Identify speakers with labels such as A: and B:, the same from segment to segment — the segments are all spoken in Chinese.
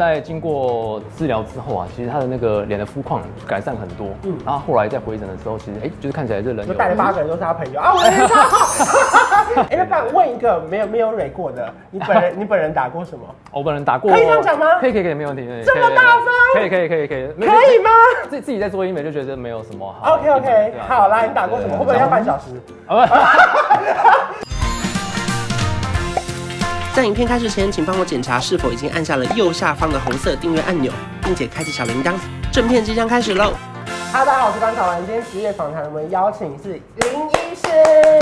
A: 在经过治疗之后啊，其实他的那个脸的肤况改善很多。嗯，然后后来在回诊的时候，其实哎、就是看起来这人
B: 就
A: 有
B: 带了八个人都是他朋友啊，我的天哪！ 哎，那不然问一个没有没有蕊过的，你本人你本人打过什么？
A: 我本人哦打过，
B: 可以这样讲吗
A: 可以可以可以，没问题。可以
B: 这么大方
A: 可以可以可以可以， 可
B: 可以吗
A: 自己自己在做医美就觉得没有什么好。
B: ？OK OK，
A: 对啊
B: 好啦，你打过什么？会不会要半小时？
C: 在影片开始前，请帮我检查是否已经按下了右下方的红色订阅按钮，并且开启小铃铛。正片即将开始喽！
B: 哈，大家好，我是关考文。今天职业访谈，我们邀请是林医师。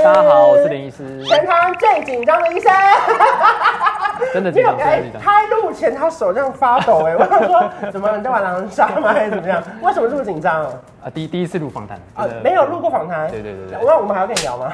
A: 大家好，我是林医师。
B: 全台湾最紧张的医生。
A: 真的
B: 没
A: 紧
B: 有
A: 张，真的
B: 哎
A: 紧，张。
B: 开录前他手这样发抖哎，我 想说怎么你在玩狼人杀吗还是怎 么样？为什么这么紧张？
A: 啊，第第一次录访谈
B: 啊，没有录过访谈。
A: 对对对对
B: 那我们还要跟 你聊吗？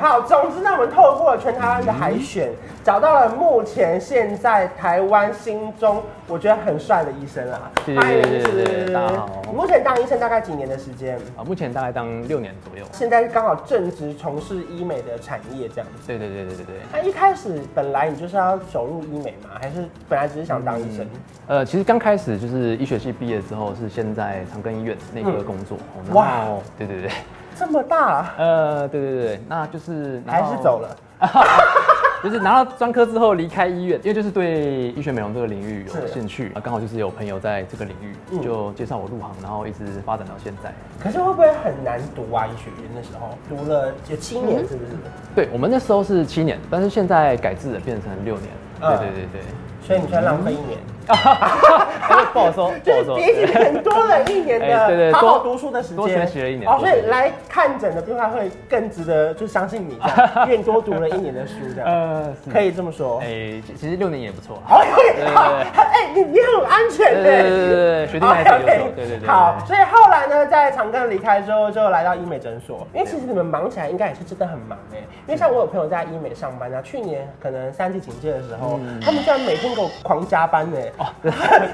B: 好，总之呢，我们透过全台湾的海
A: 嗯
B: 选，找到了目前现在台湾心中我觉得很帅的医生啊。
A: 谢谢
B: 欢迎
A: 谢谢谢谢大家好
B: 你目前当医生大概几年的时间？
A: 啊，目前大概当六年左右。
B: 现在刚好正值从事医美的产业这样子。
A: 对对对对对对。
B: 那一开始本来你就是要走入医美吗？还是本来只是想当医生？
A: 呃，其实刚开始就是医学系毕业之后，是先在长庚医院内科工作。哦
B: 嗯哇，
A: 然后对对对，
B: 这么大啊
A: 呃，对对对对，那就是
B: 还
A: 然后
B: 是走了？
A: 就是拿到专科之后离开医院，因为就是对医学美容这个领域有
B: 是嗯
A: 兴趣，啊刚好就是有朋友在这个领域，就介绍我入行，然后一直发展到现在。
B: 可是会不会很难读啊？医学院那时候读了有七年，
A: 嗯
B: 是不是？
A: 对我们那时候是七年，但是现在改制了，变成六年。对
B: 嗯
A: 对对对，
B: 所以你算浪费一年，
A: 嗯哎不好说，不
B: 就
A: 好
B: 是
A: 说。
B: 比起很多人一 年
A: 哎对
B: 的
A: 对
B: 好好
A: 多
B: 读书的时间，
A: 多学习了一年
B: 哦，所以
A: 对
B: 来看诊的病患会更值得就相信你 这样，因为你多读了一年的书这样，
A: 呃，是
B: 可以这么说。
A: 哎，其其实六年也不错啊啦。
B: 好，可以，
A: 对
B: 好，哎，你你很安全
A: 对
B: 的
A: 对。对对对，学弟妹还是有手。对对对。
B: 好，
A: 对
B: 所以后来呢，在长庚离开之后，就来到医美诊所。因为其实你们忙起来，应该也是真的很忙哎、因为像我有朋友在医美上班啊，去年可能三级警戒的时候，他们居然每天给我狂加班呢、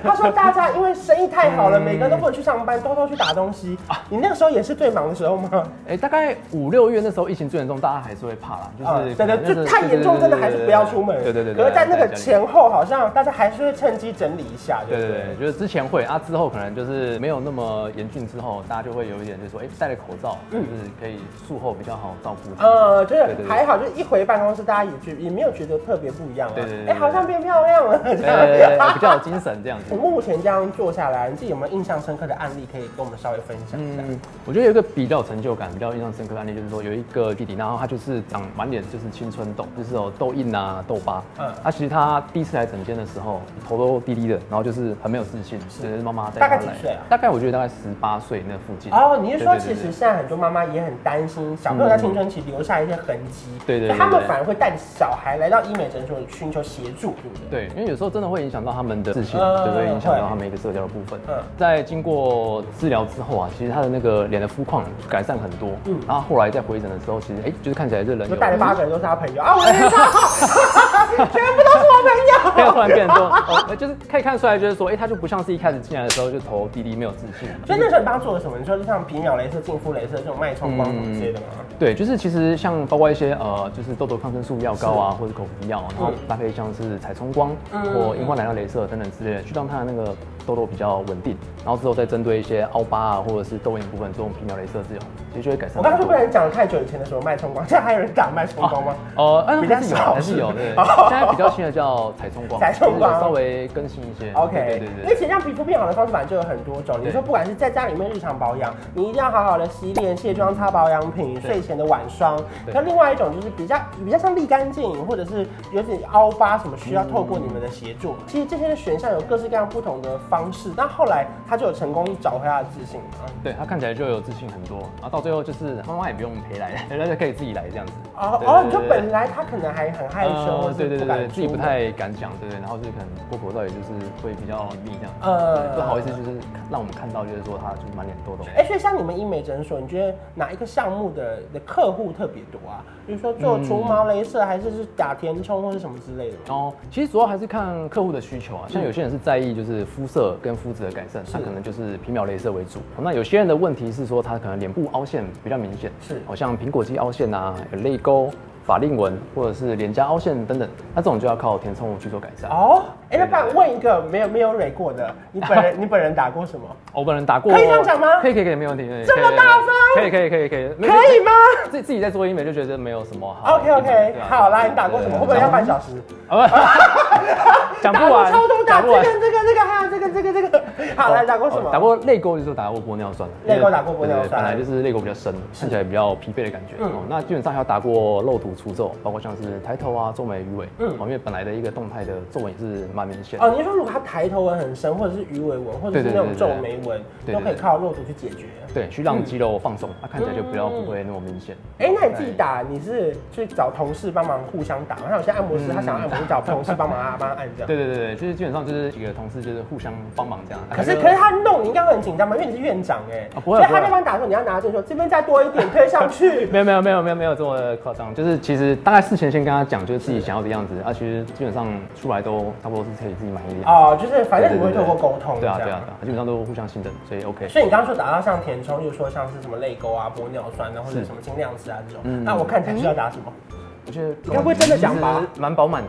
B: 他说大家因为生意太好了，每个都不能去上班，偷偷去打东西。你那个时候也是最忙的时候吗？
A: 哎，大概五六月那时候疫情最严重，大家还是会怕啦，就是
B: 哦对
A: 可能
B: 对，
A: 那
B: 就是太严重，真的还是不要出门。
A: 对对对。对
B: 可是，在那个，
A: 对对对
B: 前后，好像大家还是会趁机整理一下，
A: 对
B: 对
A: 对
B: 不对？
A: 对，就是之前会啊，之后可能就是没有那么严峻，之后大家就会有一点就是说，哎，戴了口罩，就是可以术后比较好照顾。
B: 嗯呃，就是
A: 嗯对对对
B: 还好，就是一回办公室，大家也觉也没有觉得特别不一样啊。
A: 对对对对
B: 哎，好像变漂亮了这
A: 哎对对 对
B: 样。
A: 比较有精神这样子
B: 我。目前这样做下来，你自己有没有印象深刻的案例可以跟我们稍微分享一下？
A: 嗯，我觉得有一个比较有成就感、比较印象深刻的案例，就是说有一个弟弟，然后他就是长满脸就是青春痘，就是有痘印啊、痘疤。
B: 嗯
A: 嗯，他其实他第一次来诊间的时候，头都低低的，然后就是很没有自信，就是妈妈带
B: 大
A: 他来。
B: 概几岁啊
A: 大概我觉得大概十八岁那附近。
B: 哦，你是说
A: 对
B: 其
A: 对对
B: 实现在很多妈妈也很担心小朋友在青春期留下一些痕迹，
A: 对对对
B: 所以他们
A: 对
B: 反而会带小孩来到医美诊所寻求协助，对不对？
A: 对，因为有时候真的会影响到他们的自信，
B: 嗯
A: 对不对？影响
B: 会
A: 到他们一个社交的部分。
B: 嗯
A: 在经过治疗之后啊，其实他的那个脸的肤况改善很多。嗯，然后后来在回诊的时候，其实哎、就是看起来这人
B: 就
A: 有
B: 带了 八个人都是他朋友啊，我的天哪， 全部都是我 朋
A: 没
B: 友
A: 有。突然变多，哦，就是可以看出来，就是说，哎、他就不像是一开始进来的时候就头低低没有自信。
B: 所以那时候你帮他做了什么？ 你说就像皮秒镭射、净肤镭射这种脉冲光什么之类的吗？
A: 对，就是其实像包括一些呃，就是痘痘抗生素药膏啊，或者口服药
B: 嗯
A: 啊，然后搭配像是彩冲光、或荧光蓝药镭射等等之类的，去让它的那个痘痘比较稳定，然后之后再针对一些凹疤啊或者是痘印部分做皮秒镭射治疗，其实就会改善很多。
B: 我刚才就不能讲太久以前的什么脉冲光，现在还有人打脉冲光吗？
A: 哦，嗯，
B: 比较
A: 还是有，
B: 少
A: 还是有，对，
B: 是不是
A: 现在比较新的叫彩冲光，
B: 彩冲光
A: 就是有稍微更新一些。
B: OK，
A: 哦对对
B: 因为
A: 对
B: 其实让皮肤变好的方式本来就有很多种。你说
A: 对
B: 不管是在家里面日常保养，你一定要好好的洗脸、卸妆、擦保养品，睡前的晚霜。
A: 对
B: 那另外一种就是比较比较像沥干净，或者是有点凹疤什么，需要透过你们的协
A: 嗯
B: 助。其实这些的选项有各式各样不同的方式。那后来他就有成功找回他的自信吗？
A: 对他看起来就有自信很多，然后到最后就是妈妈也不用陪来， 人家就可以自己来这样子。
B: 哦
A: 对
B: 哦，
A: 对
B: 就
A: 对
B: 本来他可能还很害羞，
A: 呃
B: 或者
A: 对
B: 是
A: 对
B: 不
A: 对
B: 敢
A: 对，自己
B: 出
A: 不
B: 门
A: 太敢讲，对对，然后就是可能波口罩也就是会比较密这样，
B: 呃
A: 呃，不好意思，就是让我们看到就是说他就是满脸痘痘。
B: 哎、所以像你们医美诊所，你觉得哪一个项目的的客户特别多啊？比如说做除毛、镭射，还是是打填充或者什么之类的吗？
A: 然后其实主要还是看客户的需求啊，
B: 嗯
A: 像有些人是在意就是肤色跟肤质的改善，他可能就是皮秒镭射为主。那有些人的问题是说他可能脸部凹陷比较明显，哦
B: 是
A: 好像苹果肌凹陷啊，有泪沟。法令纹或者是脸颊凹陷等等，那这种就要靠填充物去做改善。
B: 哦，哎，那不然问一个没有没有蕊过的，你本 人你本人打过什么？
A: 我本人打过，
B: 可以这样讲吗
A: 可以可以可以，没问题。没问题
B: 这么
A: 可以
B: 大方
A: 可以可以可以可以，可
B: 可以吗
A: 自己自己在做医美就觉得没有什么好。
B: ？OK OK，好，
A: 啊
B: 来你打过什么？会不会要半小
A: 时？
B: 时？
A: 啊不，讲
B: 打
A: 不
B: 过
A: 完，
B: 超多
A: 讲
B: 打，这
A: 不
B: 个
A: 完。
B: 这个这个还有这个这个这个。好，来 哦打过什么？
A: 哦打过泪沟就是打过玻尿酸，啊
B: 泪沟打过玻尿
A: 对对对
B: 酸
A: 本来就是泪沟比较深，看起来比较疲惫的感觉。
B: 嗯
A: 哦，那基本上还有打过肉毒除皱，包括像是抬头啊、皱眉、鱼尾，
B: 嗯
A: 哦，因为本来的一个动态的皱纹也是蛮明显的。
B: 哦，你是说如果他抬头纹很深，或者是鱼尾纹，或者是那种皱眉纹，
A: 对对对对对
B: 都可以靠肉毒去解决。啊
A: 对，去
B: 嗯
A: 让肌肉放松，它、看起来就比较不会那么明显。
B: 哎、那你自己打，你是去找同事帮忙互相打吗，像有些按摩师他想要按摩，就找同事帮忙啊，帮他按这样。
A: 嗯对对对对，就是基本上就是几个同事就是互相帮忙这样。
B: 可是可是他弄你应该会很紧张吧，因为你是院长哎、
A: 啊不会
B: 所以他
A: 不会
B: 在帮你打的时候，你要拿着说这边再多一点推上去。
A: 没有没有没有没有没有这么夸张，就是其实大概事前先跟他讲，就是自己想要的样子，
B: 嗯
A: 啊，其实基本上出来都差不多是可以自己满意的样子。
B: 哦，就是反正你们会透过沟通这
A: 对
B: 样。
A: 啊对啊对啊，基本上都互相信任，所以 OK。
B: 所以你刚刚说打到像填充，就是说像是什么泪沟啊、玻尿酸啊，或者
A: 是
B: 什么精量子啊这种，
A: 嗯
B: 那我看起来是要打什么？
A: 我觉得
B: 该不会真的讲吧？
A: 蛮饱 满的，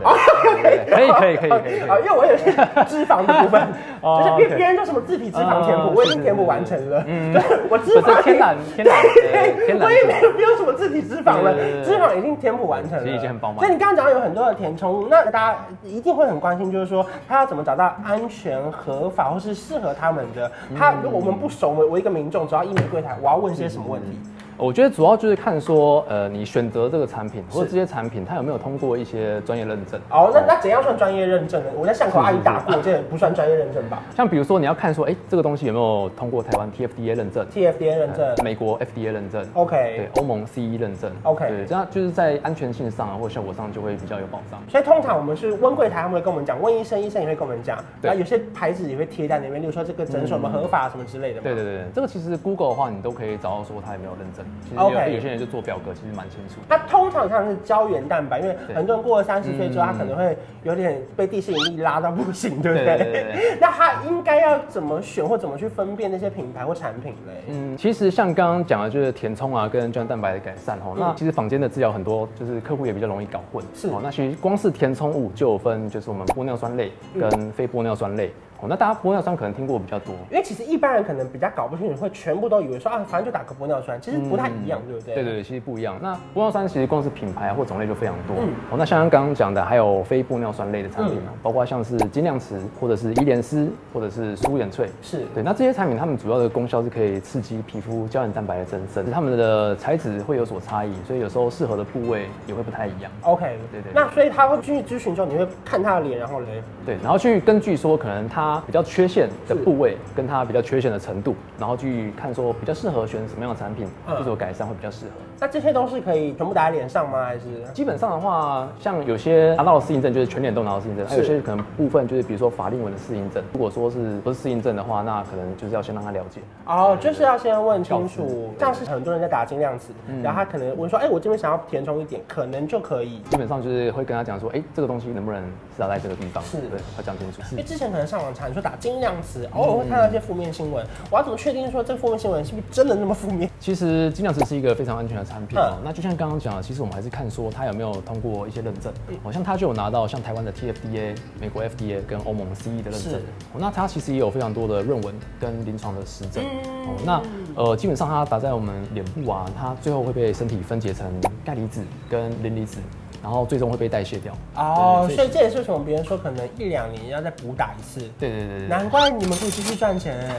A: 对可以可以可以可以
B: 啊，
A: 可以
B: 因为。我有一些脂肪的部分，
A: 哦
B: 就是别
A: OK
B: 别人说什么自体脂肪填补，
A: 哦
B: 我已经
A: 是
B: 填补
A: 是是
B: 完成了，
A: 嗯
B: 对，我脂
A: 不
B: 肪
A: 是天然天然对天然
B: 我也没
A: 脂
B: 有没有什么自体脂肪了
A: 对对，对对
B: 脂肪已经填补完成了，
A: 其实已经很饱满
B: 所以你刚刚讲到有很多的填充物，那大家一定会很关心，就是说他要怎么找到安全、合法或是适合他们的。
A: 嗯
B: 他如果我们不熟，我我一个民众走到医美柜台，我要问些什么问题？
A: 我觉得主要就是看说，呃，你选择这个产品或者这些产品，它有没有通过一些专业认证。
B: 哦，那那怎样算专业认证呢？我在巷口阿姨打过，这也不算专业认证吧
A: 像比如说，你要看说，哎，这个东西有没有通过台湾 TFDA 认证、
B: ？TFDA 认证
A: 呃美国 FDA 认证、
B: ，OK，
A: 对，欧盟 CE 认证
B: OK
A: 对，这样就是在安全性上啊或效果上就会比较有保障。
B: 所以通常我们是问柜台，他们会跟我们讲；问医生，医生也会跟我们讲。
A: 对
B: 然后有些牌子也会贴在那边，例如说这个诊所我们合法什么之类的嘛。
A: 对对对，对这个其实 Google 的话，你都可以找到说它有没有认证。其实有
B: OK
A: 有些人就做表格，其实蛮清楚的。
B: 它通常像是胶原蛋白，因为
A: 对
B: 很多人过了三十岁之后，他可能会有点被地心引力拉到不行，对不对？
A: 对对对对
B: 那他应该要怎么选，或怎么去分辨那些品牌或产品嘞？
A: 嗯，其实像刚刚讲的，就是填充啊跟胶原蛋白的改善哦。那其实坊间的治疗很多，就是客户也比较容易搞混。
B: 嗯是
A: 哦，那其实光是填充物就有分，就是我们玻尿酸类
B: 嗯
A: 跟非玻尿酸类。哦，那大家玻尿酸可能听过比较多。
B: 因为其实一般人可能比较搞不清楚，会全部都以为说啊，反正就打个玻尿酸，其实不太一样，对不对？
A: 嗯对对对，其实不一样。那玻尿酸其实光是品牌啊或种类就非常多。
B: 嗯
A: 哦，那像刚刚讲的，还有非玻尿酸类的产品啊，包括像是金亮池，或者是伊莲丝，或者是舒颜萃。
B: 是。
A: 对，那这些产品它们主要的功效是可以刺激皮肤胶原蛋白的增生，它们的材质会有所差异，所以有时候适合的部位也会不太一样。
B: OK，
A: 对对对
B: 那所以他会进去咨询之后，你会看他的脸，然后嘞，
A: 对，然后去根据说可能它比较缺陷的部位跟它比较缺陷的程度，然后去看说比较适合选什么样的产品
B: 嗯
A: 去做改善会比较适合。
B: 那这些都是可以全部打在脸上吗？还是？
A: 基本上的话，像有些拿到适应症就是全脸都拿到适应症，还有
B: 是
A: 些可能部分就是比如说法令纹的适应症。如果说是不是适应症的话，那可能就是要先让他了解。
B: 哦，就是要先问清楚，
A: 对
B: 像是很多人在打精量词，然后他可能问说，哎、我这边想要填充一点，可能就可以。
A: 基本上就是会跟他讲说，哎、这个东西能不能是要在这个地方？
B: 是
A: 对，要讲清楚。是
B: 因为之前可能上网查，你说打精量词，偶哦尔会看到一些负面新闻，我要怎么确定说这负面新闻是不是真的那么负面？
A: 其实精量池是一个非常安全的产品哦。
B: 嗯
A: 那就像刚刚讲的，其实我们还是看说它有没有通过一些认证。好、像它就有拿到像台湾的 TFDA、美国 FDA 跟欧盟 CE 的认
B: 是
A: 证。哦、那它其实也有非常多的论文跟临床的实证。哦，那呃，基本上它打在我们脸部啊，它最后会被身体分解成钙离子跟磷离子，然后最终会被代谢掉。
B: 哦，
A: 对
B: 所以这也是为什么别人说可能一两年要再补打一次。
A: 对对对对对。
B: 难怪你们可以继续赚钱 哎、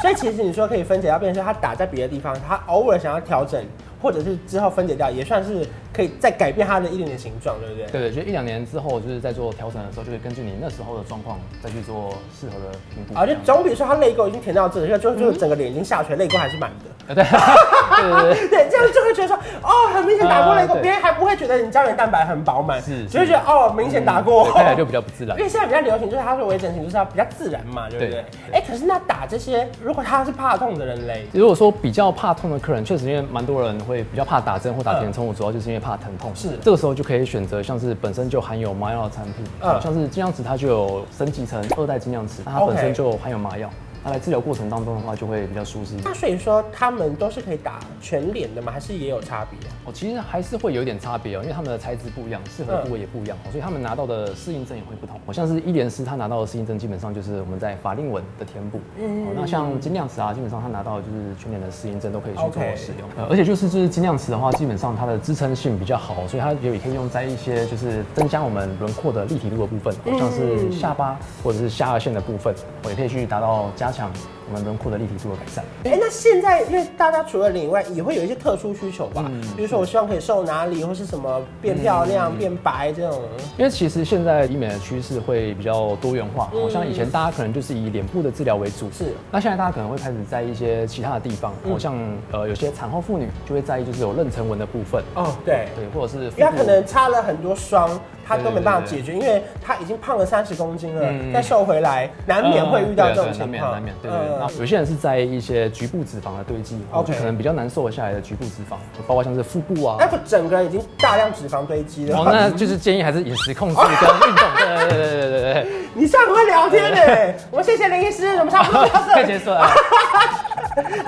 B: 所以其实你说可以分解掉，变成是他打在别的地方，他偶尔想要调整，或者是之后分解掉，也算是可以再改变它的一点点形状，对不对？
A: 对对，就一两年之后，就是在做调整的时候，就会根据你那时候的状况再去做适合的评估。
B: 啊，就
A: 这样
B: 总比说他泪沟已经填到这里，就
A: 嗯
B: 就就整个脸已经下垂，泪沟还是满 的。
A: 呃对对对对。
B: 对，这样就会觉得说，哦，很明显打过泪
A: 啊
B: 沟，
A: 对
B: 别人还不会觉得你胶原蛋白很饱满，
A: 是嗯
B: 只会觉得哦，明显打过
A: 对，看起来就比较不自然
B: 因。为现在比较流行，就是他说微整形就是要比较自然嘛，对不对
A: 对？
B: 哎、可是那打这些，如果他是怕痛的人嘞，
A: 如果说比较怕痛的客人，确实因为蛮多人会比较怕打针或打填充物，主要就是因为怕疼痛。
B: 嗯是
A: 这个时候就可以选择像是本身就含有麻药的产品，
B: 嗯
A: 像是金量池它就有升级成二代金量池，那它
B: OK
A: 本身就含有麻药。那在治疗过程当中的话，就会比较舒适一点。
B: 那所以说他们都是可以打全脸的吗？还是也有差别？啊
A: 哦，其实还是会有一点差别哦，因为他们的材质不一样，适合的部位也不一样、哦，所以他们拿到的适应症也会不同。好像是伊莲师他拿到的适应症，基本上就是我们在法令纹的填补。嗯、那像金亮池啊，基本上他拿到的就是全脸的适应症都可以去做
B: OK
A: 使用。呃，而且就是就是金亮池的话，基本上它的支撑性比较好，哦所以它也可以用在一些就是增加我们轮廓的立体度的部分，哦像是下巴或者是下颚线的部分，我也可以去达到加强我们轮廓的立体度的改善。
B: 哎、那现在因为大家除了脸以外，也会有一些特殊需求
A: 嗯
B: 吧？比如说我希望可以瘦哪里，或是什么变漂亮、变白这种。
A: 因为其实现在医美的趋势会比较多元化，好、像以前大家可能就是以脸部的治疗为主，
B: 嗯是嗯
A: 那现在大家可能会开始在意一些其他的地方，好、像呃有些产后妇女就会在意就是有妊娠纹的部分，
B: 哦，对，
A: 对，或者是
B: 因为他
A: 腹
B: 可
A: 部
B: 能擦了很多霜，他都没办法
A: 对
B: 解
A: 对
B: 决，因为他已经胖了三十公斤了，
A: 嗯
B: 再瘦回来难免会遇到这种
A: 对对
B: 情
A: 对
B: 况。
A: 难免难免，对对对。
B: 嗯
A: 那有些人是在意一些局部脂肪的堆积，哦
B: OK 哎
A: 就可能比较难瘦得下来的局部脂肪，包括像是腹部啊
B: 那。就整个人已经大量脂肪堆积了。
A: 哦，那就是建议还是饮食控制跟运动，对对对对对 对对，
B: 你这样很会聊天呢、我们谢谢林医师，我们差不多到这
A: 快
B: 里
A: 结束了。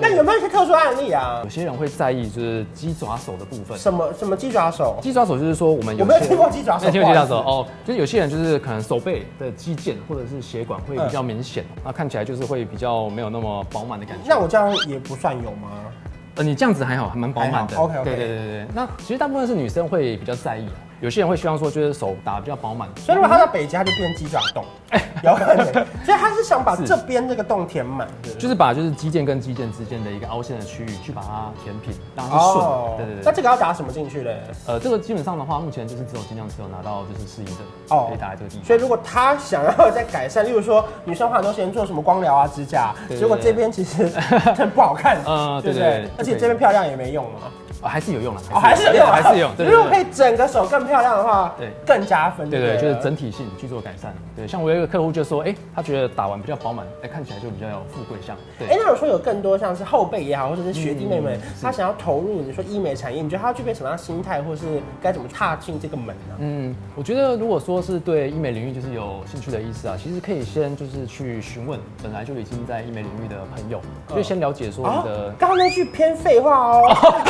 B: 那有没有一些特殊案例啊
A: 啊有？些人会在意就是鸡爪手的部分，
B: 什么什么鸡爪手？
A: 鸡爪手就是说我们有
B: 我没有
A: 些
B: 听过鸡爪手
A: 没有听过鸡爪手
B: 不
A: 哦，就是有些人就是可能手背的肌腱或者是血管会比较明显，那、看起来就是会比较没有那么饱满的感觉。
B: 那我这样也不算有吗？
A: 呃，你这样子还好，还蛮饱满
B: 还
A: 的。
B: 好，OK，OK
A: 对对对对对。那其实大部分是女生会比较在意啊，有些人会希望说就是手打得比较饱满，
B: 所以如果他到北极，他就变鸡爪洞，
A: 嗯
B: 有可 能。所以他是想把这边这个洞填满，对不对
A: 就是把就是肌腱跟肌腱之间的一个凹陷的区域去把它填平，让它是顺的。对对
B: 那
A: 对。
B: 这个要打什么进去嘞？
A: 呃，这个基本上的话，目前就是只有尽量只有拿到就是适应症，
B: 哦
A: 可以打在这个地方。
B: 所以如果他想要再改善，例如说女生花很多时间做什么光疗啊、指甲，
A: 对对对
B: 结果这边 其实很不好看，
A: 嗯
B: 对不
A: 对对
B: 对
A: 对？
B: 而且这边漂亮也没用嘛，
A: 哦还是有用了，
B: 哦，还是有用啊，
A: 还是有用。对对
B: 如果
A: 对
B: 可以整个手更漂亮的话，
A: 对
B: 更加分。
A: 对
B: 不
A: 对，就是整体性去做改善。对，像我有一个客户就说，哎、他觉得打完比较饱满，哎、看起来就比较有富贵相。对，
B: 哎、那有说有更多像是后辈也好，或者是学弟妹们，
A: 嗯
B: 他想要投入你说医美产业，你觉得他要具备什么样的心态，或是该怎么踏进这个门呢、
A: 嗯，我觉得如果说是对医美领域就是有兴趣的医师啊，其实可以先就是去询问本来就已经在医美领域的朋友，
B: 嗯
A: 就先了解说你的
B: 哦，刚刚那句偏废话哦，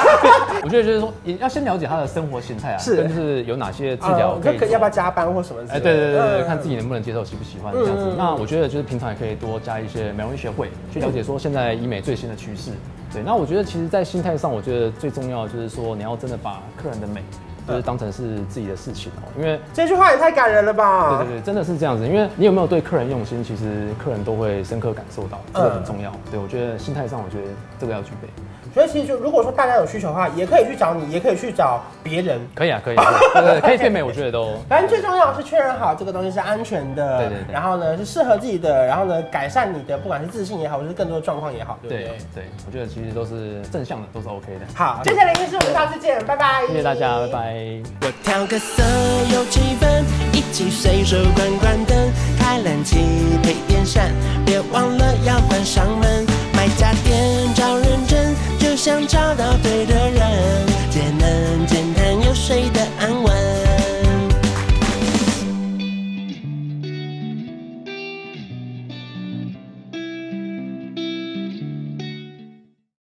A: 我觉得就是说，也要先了解他的生活形态啊，
B: 是
A: 跟就是有哪些治疗
B: 呃
A: 可以
B: 就可
A: 做
B: 以要不要加班或什么之类的？
A: 哎，对对对对，嗯
B: 嗯
A: 看自己能不能接受，喜不喜欢这样子。那我觉得就是平常也可以多加一些美容医学会，去了解说现在医美最新的趋势。对，那我觉得其实，在心态上，我觉得最重要的就是说，你要真的把客人的美，就是当成是自己的事情哦，因为。
B: 这句话也太感人了吧？
A: 对对对，真的是这样子，因为你有没有对客人用心，其实客人都会深刻感受到，这个很重要。对我觉得心态上，我觉得这个要具备。
B: 所以其实就如果说大家有需求的话，也可以去找你，也可以去找别人。
A: 可以啊， 可以啊，对对对，可以变美，我觉得都。
B: 反正最重要的是确认好这个东西是安全的，
A: 对对对
B: 然后呢是适合自己的，然后呢改善你的不管是自信也好，或是更多的状况也好，对 不
A: 对
B: 对？
A: 对，我觉得其实都是正向的，都是 OK 的。
B: 好，谢谢林医师，我们下次见，拜拜。
A: 谢谢大家，拜。拜。
C: 我调个色有气氛，一起随手关关灯，开冷气配电扇，别忘了